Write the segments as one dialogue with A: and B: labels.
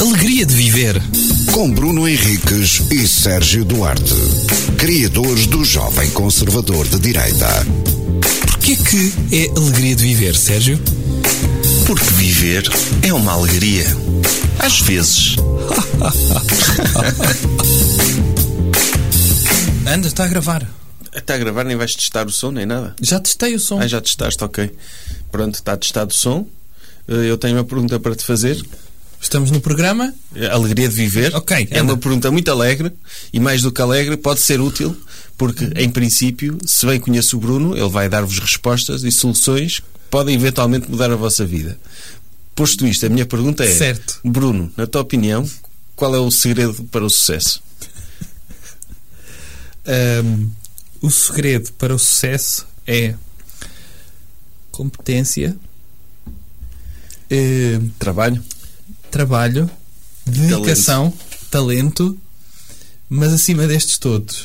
A: alegria de viver.
B: Com Bruno Henriques e Sérgio Duarte, criadores do Jovem Conservador de Direita.
A: Porquê que é alegria de viver, Sérgio?
C: Porque viver é uma alegria. Às vezes.
A: Anda, está a gravar.
C: Está a gravar, nem vais testar o som, nem nada.
A: Já testei o som.
C: Ah, já testaste, ok. Pronto, está testado o som. Eh, Eu tenho uma pergunta para te fazer.
A: Estamos no programa.
C: É a Alegria de viver.
A: Ok,
C: É
A: anda.
C: uma pergunta muito alegre e mais do que alegre pode ser útil porque, em princípio, se bem conheço o Bruno, ele vai dar-vos respostas e soluções que podem eventualmente mudar a vossa vida. Posto isto, a minha pergunta é:
A: Certo.
C: Bruno, na tua opinião, qual é o segredo para o sucesso?
A: Ahm, o segredo para o sucesso é competência, eh,
C: Trabalho?
A: trabalho, dedicação, talento, mas acima destes todos,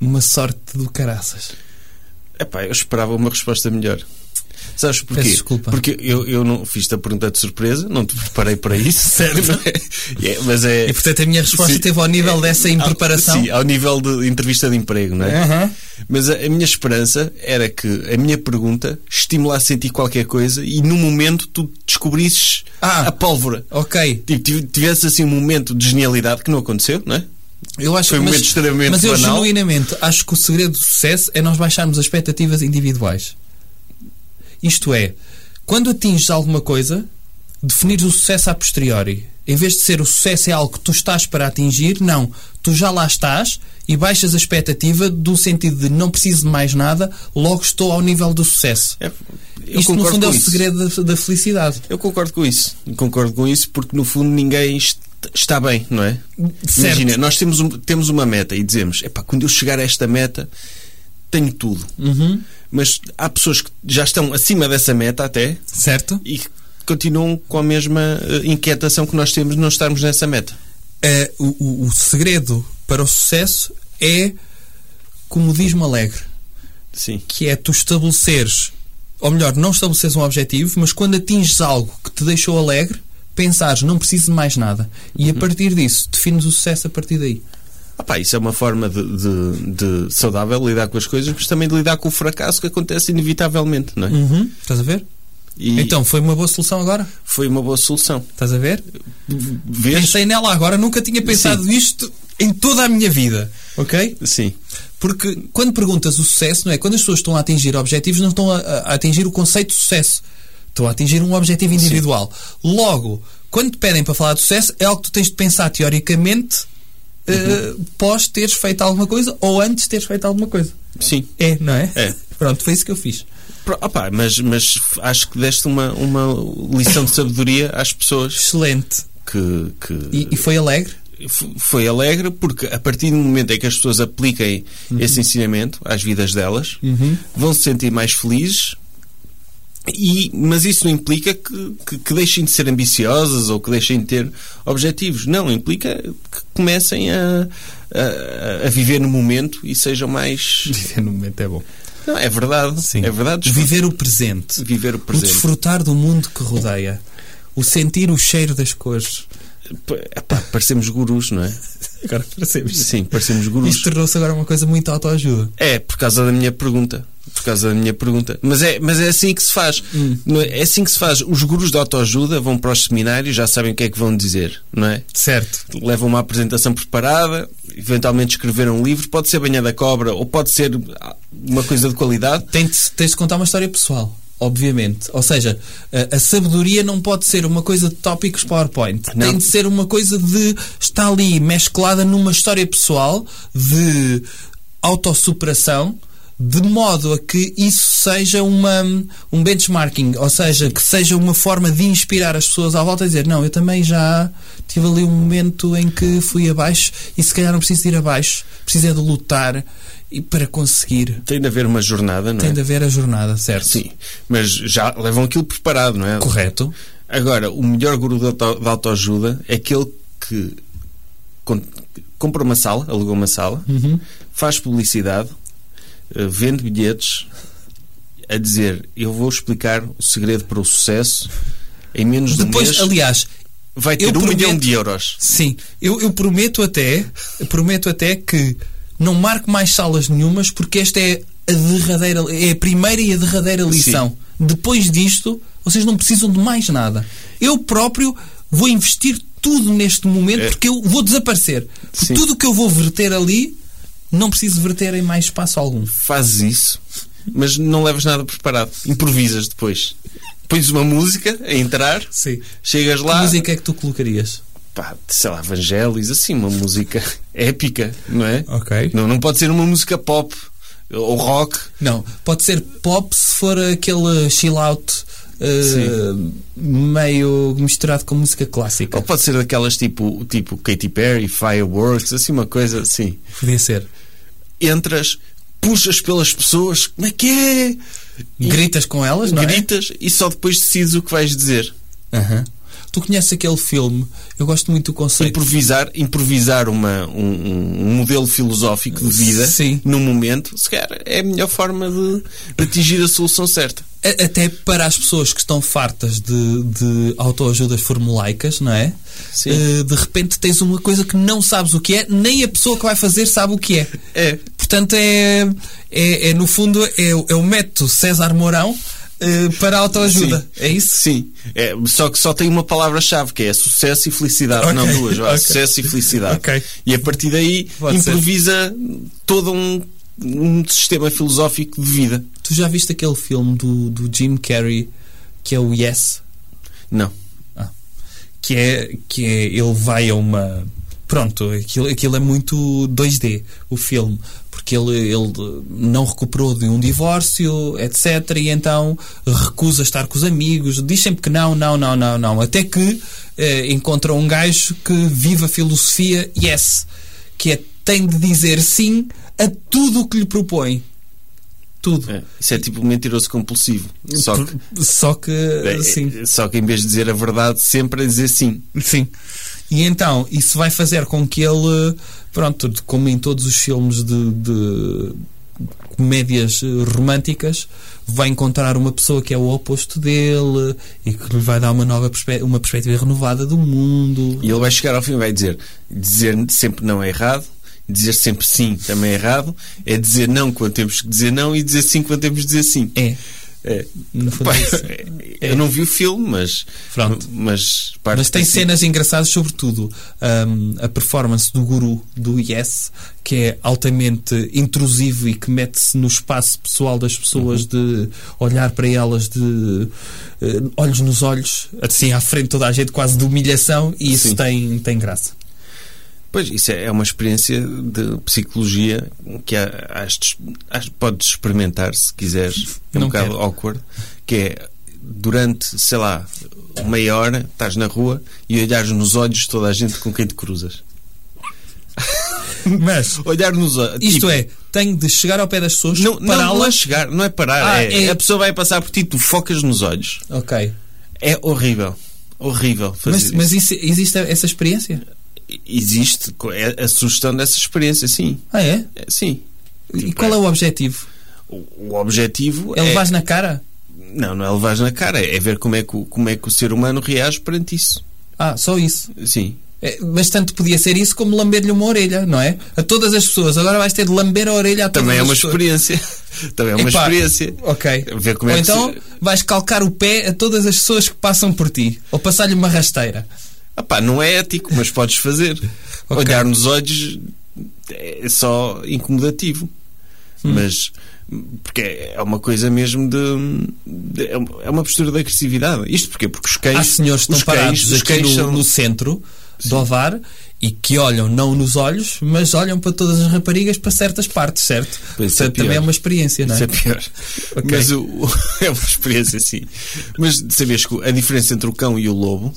A: uma sorte do caraças.
C: Epá, eu esperava uma resposta melhor. Sabes porquê?
A: Peço desculpa.
C: Porque eu, eu não fiz-te a pergunta de surpresa, não te preparei para isso. Sério? mas é.
A: E portanto a minha resposta
C: Sim. É,
A: esteve ao nível dessa
C: Ao-
A: impreparação.
C: Sim, ah, ao nível de entrevista de emprego, não é?
A: Aham.
C: Mas a, a minha esperança era que a minha pergunta estimulasse em ti qualquer coisa e no momento tu descobrisses
A: Ah.
C: a pólvora.
A: Ok.
C: Tipo, tive- tivesse assim um momento de genialidade que não aconteceu, não é?
A: Eu acho
C: Foi um
A: mas,
C: momento extremamente
A: mas eu
C: banal.
A: genuinamente acho que o segredo do sucesso é nós baixarmos as expectativas individuais. Isto é, quando atinges alguma coisa, definires o sucesso a posteriori. Em vez de ser o sucesso é algo que tu estás para atingir, não. Tu já lá estás e baixas a expectativa do sentido de não preciso de mais nada, logo estou ao nível do sucesso.
C: É, eu
A: Isto, no
C: concordo
A: fundo, é
C: com
A: o
C: isso.
A: segredo da, da felicidade.
C: Eu concordo com isso. Concordo com isso porque, no fundo, ninguém est- está bem, não é?
A: Certo.
C: Imagina, nós temos, um- temos uma meta e dizemos: epá, quando eu chegar a esta meta, tenho tudo.
A: Uhum.
C: Mas há pessoas que já estão acima dessa meta até
A: Certo?
C: e que continuam com a mesma eh, inquietação que nós temos de não estarmos nessa meta.
A: Eh, o, o- o segredo para o sucesso é comodismo alegre,
C: Sim.
A: que é tu estabeleceres, ou melhor, não estabeleceres um objetivo, mas quando atinges algo que te deixou alegre, pensares, não preciso de mais nada. E a partir disso, defines o sucesso a partir daí.
C: Ah pá, isso é uma forma de, de- de saudável lidar com as coisas, mas também de lidar com o fracasso que acontece inevitavelmente, não é?
A: Estás a ver?
C: E
A: Uhum. Então, foi uma boa solução agora?
C: foi uma boa solução.
A: Estás a ver?
C: Vês?
A: Uhum. Pensei nela agora, nunca tinha pensado isto em toda a minha vida. Ok?
C: Sim.
A: Porque quando perguntas o sucesso, não é? Quando as pessoas estão a atingir objetivos, não estão a, a- a atingir o conceito de sucesso. Estão a atingir um objetivo individual. Logo, quando te pedem para falar de sucesso, é algo que tu tens de pensar teoricamente eh,
C: Uhum.
A: pós teres feito alguma coisa ou antes de teres feito alguma coisa.
C: Sim.
A: É, não é?
C: É.
A: Pronto, foi isso que eu fiz.
C: Pro- opá, mas, mas acho que deste uma, uma lição de sabedoria às pessoas
A: Excelente.
C: que, que
A: E, e foi alegre?
C: f- foi alegre porque a partir do momento em que as pessoas apliquem
A: Uhum.
C: esse ensinamento às vidas delas, vão se sentir mais felizes. E, mas isso não implica que, que, que deixem de ser ambiciosas ou que deixem de ter objetivos. Não, implica que comecem a, a, a viver no momento e sejam mais.
A: No momento é bom.
C: Não, é verdade.
A: Sim.
C: É verdade.
A: Viver o presente.
C: Viver o
A: O
C: presente.
A: desfrutar do mundo que rodeia. O sentir o cheiro das cores.
C: P- epá, parecemos gurus, não é?
A: Agora percebes?
C: Sim, parecemos
A: Isto
C: gurus.
A: tornou-se agora uma coisa muito autoajuda.
C: É, por causa da minha pergunta. Por causa da minha pergunta. Mas é, mas é assim que se faz.
A: Hum.
C: Não é? É assim que se faz. Os gurus de autoajuda vão para os seminários, já sabem o que é que vão dizer, não é?
A: Certo.
C: Levam uma apresentação preparada, eventualmente escreveram um livro, pode ser Banha da Cobra ou pode ser ah, uma coisa de qualidade.
A: Tens, tens de contar uma história pessoal, obviamente. Ou seja, a, a sabedoria não pode ser uma coisa de tópicos PowerPoint.
C: Não.
A: Tem de ser uma coisa de estar ali mesclada numa história pessoal de autossuperação. De modo a que isso seja uma, um benchmarking, ou seja, que seja uma forma de inspirar as pessoas à volta a dizer: Não, eu também já tive ali um momento em que fui abaixo e se calhar não preciso de ir abaixo, preciso é de lutar e para conseguir.
C: Tem de haver uma jornada, não é?
A: Tem de haver a jornada, certo?
C: Sim, mas já levam aquilo preparado, não é?
A: Correto.
C: Agora, o melhor guru de, auto- de autoajuda é aquele que con- compra uma sala, alugou uma sala, faz publicidade, eh, vende bilhetes a dizer eu vou explicar o segredo para o sucesso em menos de um
A: Depois,
C: mês.
A: aliás,
C: vai ter
A: Eu
C: um
A: prometo-
C: milhão de euros.
A: Sim, eu, eu prometo até, prometo até que não marco mais salas nenhumas porque esta é a derradeira, é a primeira e a derradeira lição. Depois disto, vocês não precisam de mais nada. Eu próprio vou investir tudo neste momento
C: É.
A: porque eu vou desaparecer. Porque
C: Sim.
A: tudo o que eu vou verter ali, não preciso verter em mais espaço algum.
C: Fazes isso, mas não levas nada preparado. Improvisas depois. Pões uma música a entrar,
A: Sim.
C: chegas
A: Que
C: lá,
A: música é que tu colocarias?
C: pá, sei lá, Evangelis, assim, uma música épica, não é?
A: Ok.
C: Não, não pode ser uma música pop ou rock.
A: Não, pode ser pop se for aquele chill out eh, meio misturado com música clássica.
C: Ou pode ser daquelas tipo, tipo Katy Perry, Fireworks, assim uma coisa assim.
A: Podia ser.
C: Entras, puxas pelas pessoas, como é que é? E
A: Gritas com elas, não é?
C: gritas e só depois decides o que vais dizer.
A: Aham. Tu conheces aquele filme? Eu gosto muito do conceito.
C: Improvisar, improvisar uma, um- um, um modelo filosófico de vida
A: Sim.
C: num momento, se calhar é a melhor forma de, de atingir a solução certa.
A: A- Até para as pessoas que estão fartas de, de autoajudas formulaicas, não é?
C: Sim.
A: Eh, de repente tens uma coisa que não sabes o que é, nem a pessoa que vai fazer sabe o que é.
C: É.
A: Portanto, é, é, é, no fundo, é, o- é o método César Mourão eh, para a autoajuda.
C: Sim.
A: É isso?
C: Sim. É, só que só tem uma palavra-chave, que é sucesso e felicidade.
A: Ok.
C: Não duas, vá,
A: Ok.
C: sucesso e felicidade.
A: Ok.
C: E a partir daí
A: Pode ser.
C: improvisa todo um, um sistema filosófico de vida.
A: Tu já viste aquele filme do, do Jim Carrey que é o Yes?
C: Não.
A: Que é, que é ele vai a uma. Pronto, aquilo, aquilo é muito 2D, o filme, porque ele, ele não recuperou de um divórcio, etc. E então recusa estar com os amigos, diz sempre que não, não, não, não, não. Até que eh, encontra um gajo que vive a filosofia yes, que é tem de dizer sim a tudo o que lhe propõe. Tudo.
C: É, Isso é tipo mentiroso compulsivo. Só que,
A: Só que,
C: é,
A: sim.
C: só que em vez de dizer a verdade, sempre é dizer sim.
A: Sim. E então, isso vai fazer com que ele, pronto, de- como em todos os filmes de, de comédias eh, românticas, vai encontrar uma pessoa que é o oposto dele e que lhe vai dar uma nova perspe- uma perspectiva renovada do mundo.
C: E ele vai chegar ao fim e vai dizer: dizer sempre não é errado. Dizer sempre sim também é errado. É dizer não quando temos que dizer não e dizer sim quando temos que dizer sim.
A: É,
C: É.
A: no fundo
C: Pá,
A: é isso.
C: Eu não vi o filme, mas.
A: Pronto.
C: Mas, parte
A: Mas tem
C: desse-
A: cenas engraçadas, sobretudo hum, a performance do guru do Yes, que é altamente intrusivo e que mete-se no espaço pessoal das
C: Uhum.
A: pessoas de olhar para elas de eh, olhos nos olhos, assim à frente de toda a gente, quase de humilhação, e isso
C: Sim.
A: tem, tem graça.
C: Pois, isso é é uma experiência de psicologia que há- has de- has- podes experimentar se quiseres. É um
A: Não
C: bocado
A: quero.
C: awkward. Que é durante, sei lá, meia hora, estás na rua e olhares nos olhos de toda a gente com quem te cruzas.
A: Mas
C: Olhar nos olhos.
A: isto
C: tipo,
A: é, tenho de chegar ao pé das pessoas,
C: Não, não, não é
A: pará-las.
C: chegar, não é parar.
A: Ah,
C: é,
A: é-
C: A pessoa vai passar por ti, tu focas nos olhos.
A: Ok.
C: É horrível. Horrível fazer
A: Mas,
C: é, isso.
A: mas isso- existe essa experiência?
C: Existe co- é a sugestão dessa experiência, sim.
A: Ah, é?
C: É, Sim.
A: E qual é o objetivo?
C: O o objetivo
A: É
C: Tipo, é.
A: levar na cara?
C: Não, não é levar na cara, é ver como é, que, o- como é que o ser humano reage perante isso.
A: Ah, só isso.
C: Sim.
A: É, Mas tanto podia ser isso como lamber-lhe uma orelha, não é? A todas as pessoas. Agora vais ter de lamber a orelha a todas
C: Também é
A: as
C: uma
A: pessoas.
C: experiência. Também é uma
A: Epá,
C: experiência.
A: Ok.
C: Ver como é
A: Ou
C: que
A: então
C: se-
A: vais calcar o pé a todas as pessoas que passam por ti. Ou passar-lhe uma rasteira.
C: Ah pá, não é ético, mas podes fazer. Olhar nos olhos é só incomodativo.
A: Hum.
C: Mas. Porque é uma coisa mesmo de, de- É uma- é uma postura de agressividade. Isto porquê? Porque os cães.
A: Há senhores que
C: É os
A: estão
C: cães,
A: parados
C: os
A: aqui
C: cães
A: no,
C: são-
A: no centro do Ovar e que olham não nos olhos, mas olham para todas as raparigas para certas partes, certo?
C: Pois, isso é
A: Portanto, também
C: pior.
A: é uma experiência, não é?
C: Isso é pior.
A: Ok.
C: Mas o, o- é uma experiência, sim. Mas sabias que a diferença entre o cão e o lobo,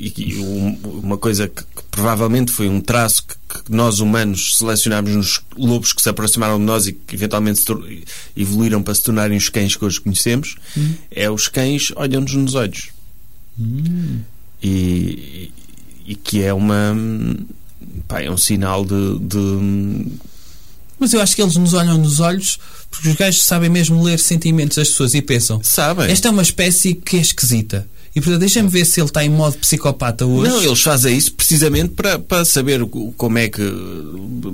C: e, e um- uma coisa que, que provavelmente foi um traço que, que nós humanos selecionámos nos lobos que se aproximaram de nós e que eventualmente se tor- evoluíram para se tornarem os cães que hoje conhecemos,
A: Hum.
C: é os cães olham-nos nos olhos.
A: Hum.
C: E, e que é uma. pá, é um sinal de- de
A: Mas eu acho que eles nos olham nos olhos porque os gajos sabem mesmo ler sentimentos das pessoas e pensam:
C: sabem.
A: Esta é uma espécie que é esquisita. E portanto, deixa-me ver se ele está em modo psicopata hoje.
C: Não, eles fazem isso precisamente para, para saber o- como é que.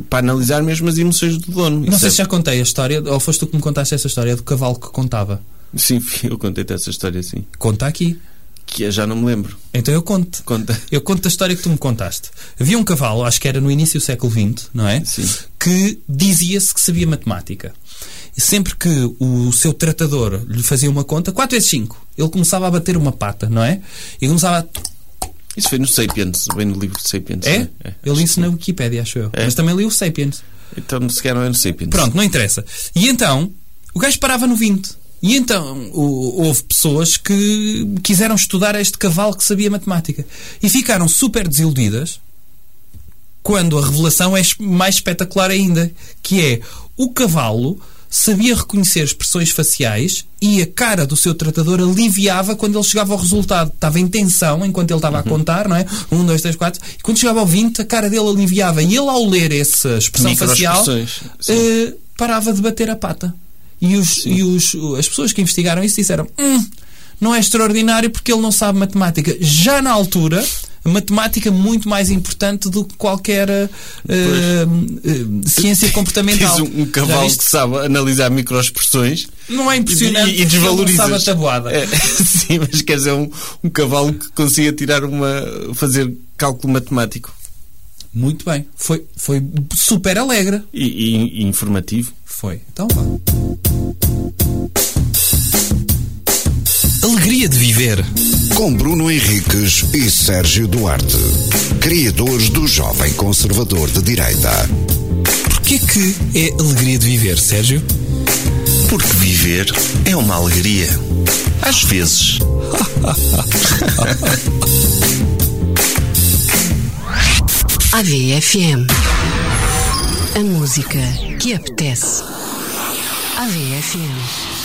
C: para analisar mesmo as emoções do dono.
A: Não
C: Isso
A: sei
C: é-
A: se já contei a história, ou foste tu que me contaste essa história é do cavalo que contava. é-
C: Sim, eu contei-te essa história assim.
A: Conta aqui.
C: Que eu já não me lembro.
A: Então eu conto.
C: Conta.
A: Eu conto a história que tu me contaste. Havia um cavalo, acho que era no início do século XX, não é?
C: Sim.
A: Que dizia-se que sabia matemática. E sempre que o seu tratador lhe fazia uma conta, 4 vezes 5, ele começava a bater uma pata, não é? E começava a
C: Isso foi no Sapiens, bem no livro de Sapiens.
A: É?
C: não
A: Eu li isso na Wikipédia, acho eu.
C: É?
A: Mas também li o Sapiens.
C: Então, se calhar não é no Sapiens.
A: Pronto, não interessa. E então, o gajo parava no 20. E então o- houve pessoas que quiseram estudar este cavalo que sabia matemática. E ficaram super desiludidas quando a revelação é es- mais espetacular ainda, que é o cavalo sabia reconhecer expressões faciais e a cara do seu tratador aliviava quando ele chegava ao resultado. Estava em tensão enquanto ele estava a contar, não é? Um, dois, três, quatro. E quando chegava ao 20, a cara dele aliviava. E ele, ao ler essa expressão facial,
C: Microexpressões, sim.
A: eh, parava de bater a pata. E, os, e os, as pessoas que investigaram isso disseram: "Hum, não é extraordinário porque ele não sabe matemática. Já na altura, a matemática é muito mais importante do que qualquer eh, eh, ciência
C: Tens
A: comportamental.
C: um, um
A: então, Já
C: cavalo
A: viste?
C: que sabe analisar microexpressões.
A: Não é impressionante
C: E, e
A: porque ele não
C: desvalorizas.
A: sabe a tabuada.
C: É, sim, mas quer dizer, um, um cavalo que consiga tirar uma. fazer cálculo matemático
A: Muito bem. Foi, foi super alegre.
C: e, e- e informativo.
A: Foi. Então vá.
D: Alegria de viver.
B: Com Bruno Henriques e Sérgio Duarte, criadores do Jovem Conservador de Direita.
D: Porquê que é alegria de viver, Sérgio?
E: Porque viver é uma alegria. Às vezes.
F: AVFM. A música que apetece. AVFM.